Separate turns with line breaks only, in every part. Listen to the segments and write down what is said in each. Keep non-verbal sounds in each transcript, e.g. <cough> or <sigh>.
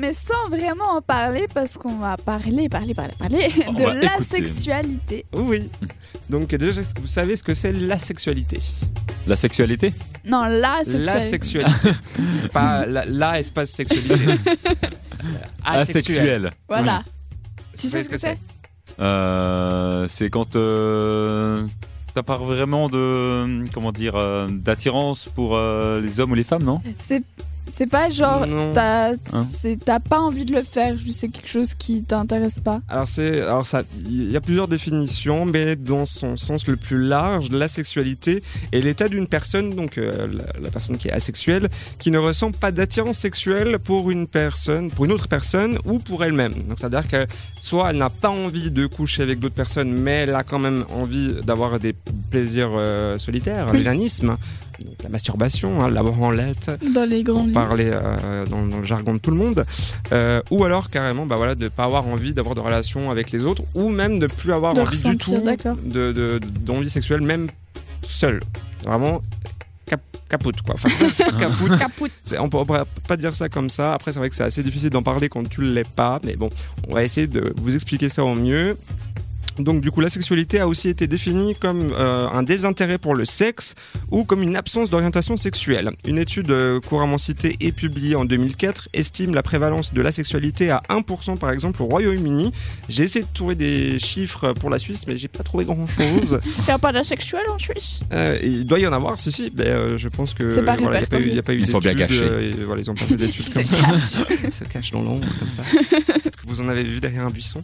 mais sans vraiment en parler, parce qu'on va parler, parler, parler, parler
On
de
va
la
écouter.
sexualité.
Oui. Donc déjà, est-ce que vous savez ce que c'est la sexualité
La sexualité
Non, la sexualité.
La sexualité.
<laughs>
Pas la, la espace sexualité. Asexuel.
Asexuel.
Voilà. Tu
Vous
sais
savez
ce que c'est
Euh, c'est quand euh, t'as pas vraiment de comment dire euh, d'attirance pour euh, les hommes ou les femmes, non
C'est c'est pas genre
Non.
t'as
Hein
c'est- t'as pas envie de le faire, juste c'est quelque chose qui t'intéresse pas.
Alors c'est alors ça il y a plusieurs définitions mais dans son sens le plus large la sexualité est l'état d'une personne donc euh, la, la personne qui est asexuelle qui ne ressent pas d'attirance sexuelle pour une personne pour une autre personne ou pour elle-même. Donc c'est à dire que soit elle n'a pas envie de coucher avec d'autres personnes mais elle a quand même envie d'avoir des plaisirs euh, solitaires,
Oui.
le l'anisme, donc la masturbation, hein, la branlette,
Dans les
pour
grandes lignes.
parler euh, dans, dans le jargon de tout le monde, Euh, ou alors carrément bah voilà de pas avoir envie d'avoir de relations avec les autres, ou même de plus avoir
De
envie du
ressentir,
tout
d'accord.
de de- d'envie sexuelle même seul, vraiment cap- capote quoi. Enfin c'est pas capote,
Capoute.
c'est- on peut pas- pas dire ça comme ça. Après, c'est vrai que c'est assez difficile d'en parler quand tu l'es pas, mais bon, on va essayer de vous expliquer ça au mieux. Donc, du coup, la sexualité a aussi été définie comme euh, un désintérêt pour le sexe ou comme une absence d'orientation sexuelle. Une étude euh, couramment citée et publiée en 2004 estime la prévalence de la sexualité à 1% par exemple au Royaume-Uni. J'ai essayé de trouver des chiffres pour la Suisse, mais j'ai pas trouvé grand-chose.
T'as pas de la sexuelle en Suisse
Euh, il doit y en avoir, si, si. Mais, euh, je pense que.
C'est pas
voilà, il y a pas eu- Il n'y a pas eu
Ils sont bien
d'études,
cachés.
euh, et voilà, ils ont pas fait d'études
<laughs> Ils
comme
se
ça. <laughs> Ils se cachent dans l'ombre, comme ça. Peut-être que vous en avez vu derrière un buisson.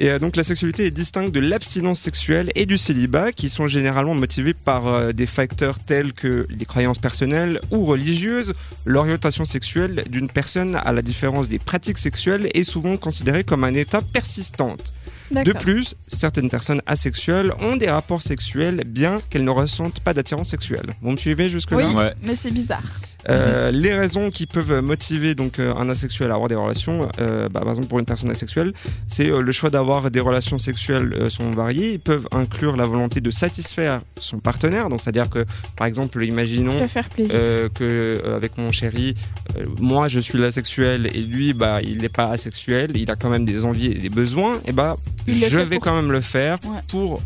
Et euh, donc, la sexualité est distincte de l'abstinence sexuelle et du célibat, qui sont généralement motivés par euh, des facteurs tels que les croyances personnelles ou religieuses. L'orientation sexuelle d'une personne, à la différence des pratiques sexuelles, est souvent considérée comme un état persistante. De
D'accord.
plus, certaines personnes asexuelles ont des rapports sexuels bien qu'elles ne ressentent pas d'attirance sexuelle. Vous me suivez jusque-là
Oui.
Ouais.
Mais c'est bizarre.
Euh, Les raisons qui peuvent motiver donc euh, un asexuel à avoir des relations, euh, bah, par exemple pour une personne asexuelle, c'est euh, le choix d'avoir des relations sexuelles euh, sont variées. Ils peuvent inclure la volonté de satisfaire son partenaire, donc c'est-à-dire que par exemple, imaginons
Te faire plaisir.
euh, que euh, avec mon chéri, euh, moi je suis l'asexuel et lui bah il n'est pas asexuel, il a quand même des envies et des besoins, et bah
Il le
je
fait
vais
pour-
quand même le faire
Ouais.
pour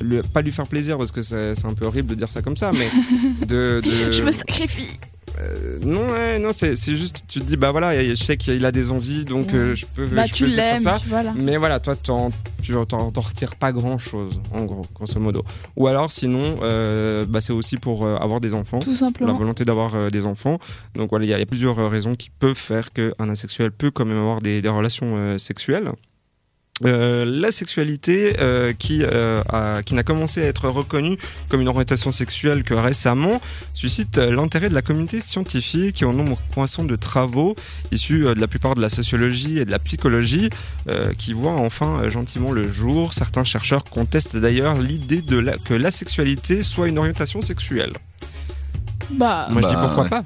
le, pas lui faire plaisir parce que c'est c'est un peu horrible de dire ça comme ça,
<laughs>
mais de, de-
Je me sacrifie.
euh, non ouais, non c'est c'est juste tu te dis bah voilà je sais qu'il a des envies donc
Ouais.
euh, je peux
Bah
je
tu
peux essayer de faire
l'aimes,
ça.
puis voilà.
Mais voilà, toi, t'en- tu t'en t'en retires pas grand chose, en gros, grosso modo. Ou alors, sinon, euh, bah, c'est aussi pour euh, avoir des enfants
Tout
la
simplement.
volonté d'avoir euh, des enfants. Donc voilà, il y, a- il y a plusieurs euh, raisons qui peuvent faire qu'un asexuel peut quand même avoir des, des relations euh, sexuelles. Euh, la sexualité euh, qui, euh, a- qui n'a commencé à être reconnue comme une orientation sexuelle que récemment suscite euh, l'intérêt de la communauté scientifique et au nombre croissant de travaux issus euh, de la plupart de la sociologie et de la psychologie euh, qui voient enfin euh, gentiment le jour. Certains chercheurs contestent d'ailleurs l'idée de la- que la sexualité soit une orientation sexuelle.
Bah
Moi je dis
Bah,
pourquoi
ouais.
pas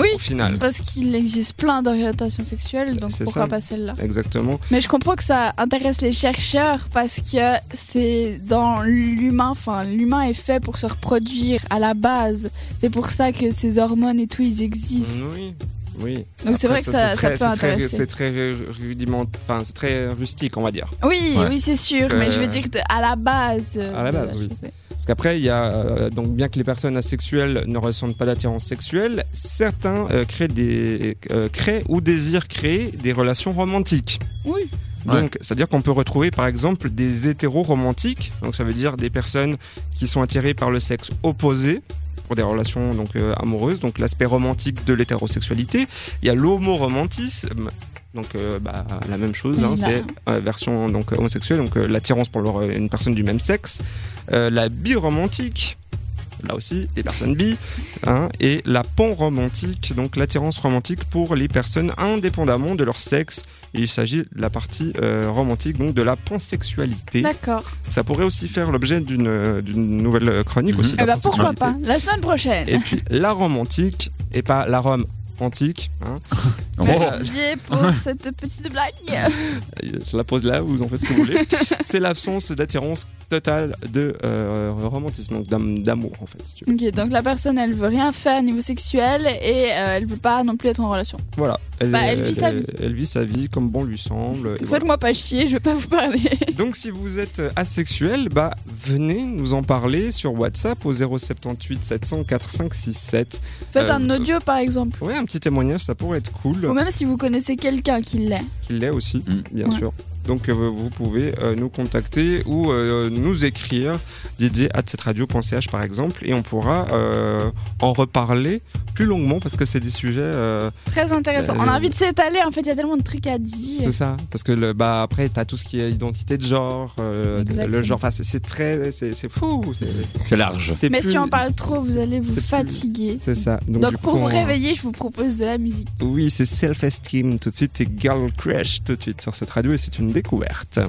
oui.
au final.
Parce qu'il existe plein d'orientations sexuelles, donc
C'est
pourquoi
ça.
pas celle-là
Exactement.
Mais je comprends que ça intéresse les chercheurs parce que c'est dans l'humain, enfin l'humain est fait pour se reproduire à la base. C'est pour ça que ces hormones et tout, ils existent.
Oui. Oui.
Donc c'est vrai
Mmh.
que
Après,
ça,
c'est très-
ça peut
c'est très-
intéresser.
C'est très, ru- rudiment, enfin c'est très rustique on va dire.
Oui,
Ouais.
oui, c'est sûr,
Euh,
mais je veux dire de- à la base. euh,
à la
de
base, oui.
chose, ouais.
Parce qu'après il y a euh, donc bien que les personnes asexuelles ne ressentent pas d'attirance sexuelle, certains euh, créent des euh, créent ou désirent créer des relations romantiques.
Oui.
Ouais.
Donc, c'est-à-dire qu'on peut retrouver par exemple des hétéros romantiques, donc ça veut dire des personnes qui sont attirées par le sexe opposé pour des relations donc euh, amoureuses, donc l'aspect romantique de l'hétérosexualité. Il y a l'homoromantisme, donc euh, bah, la même chose, hein,
Bah.
c'est euh, version donc homosexuelle, donc euh, l'attirance pour leur- une personne du même sexe. Euh, la biromantique, là aussi des personnes bi, hein, et la panromantique, donc l'attirance romantique pour les personnes indépendamment de leur sexe. Il s'agit de la partie euh, romantique, donc de la pansexualité.
D'accord.
Ça pourrait aussi faire l'objet d'une euh, d'une nouvelle chronique
Mhm.
aussi. de
Eh
la
bah pourquoi
pansexualité.
pas La semaine prochaine.
Et puis la romantique, et pas la Rome antique. hein.
Oh,
C'est la-
Merci
<laughs>
pour cette petite blague.
je la pose là, vous en faites ce que vous
<laughs>
voulez. c'est l'absence d'attirance totale de euh, romantisme, donc d'am- d'amour en fait. si tu veux.
Ok, donc la personne, elle veut rien faire au niveau sexuel et euh, elle veut pas non plus être en relation.
Voilà. Elle,
Bah, elle vit sa vie.
elle vit sa vie comme bon lui semble. et voilà.
Faites-moi pas chier, je vais pas vous parler.
Donc si vous êtes asexuel, bah venez nous en parler sur WhatsApp au 078 700 4567.
Faites
Euh,
un audio par exemple.
Ouais, un petit témoignage, ça pourrait être cool.
Ou même si vous connaissez quelqu'un qui l'est.
qu'il l'est aussi,
Mm.
bien
Ouais.
sûr. Donc euh, vous pouvez euh, nous contacter ou euh, nous écrire didier@cetteradio.ch par exemple et on pourra euh, en reparler plus longuement parce que c'est des sujets euh,
Très intéressant.
Euh,
On a envie de s'étaler, en fait, il y a tellement de trucs à dire.
c'est ça parce que le, bah après t'as tout ce qui est identité de genre euh,
Exactement.
le genre enfin c'est- c'est très c'est c'est fou c'est-
C'est large.
c'est
Mais
plus-
si on parle trop, vous allez vous
c'est plus-
fatiguer.
c'est ça donc,
Donc,
du
pour
coup,
vous
on-
réveiller, je vous propose de la musique.
oui c'est self esteem tout de suite et girl crush tout de suite sur cette radio et c'est une découverte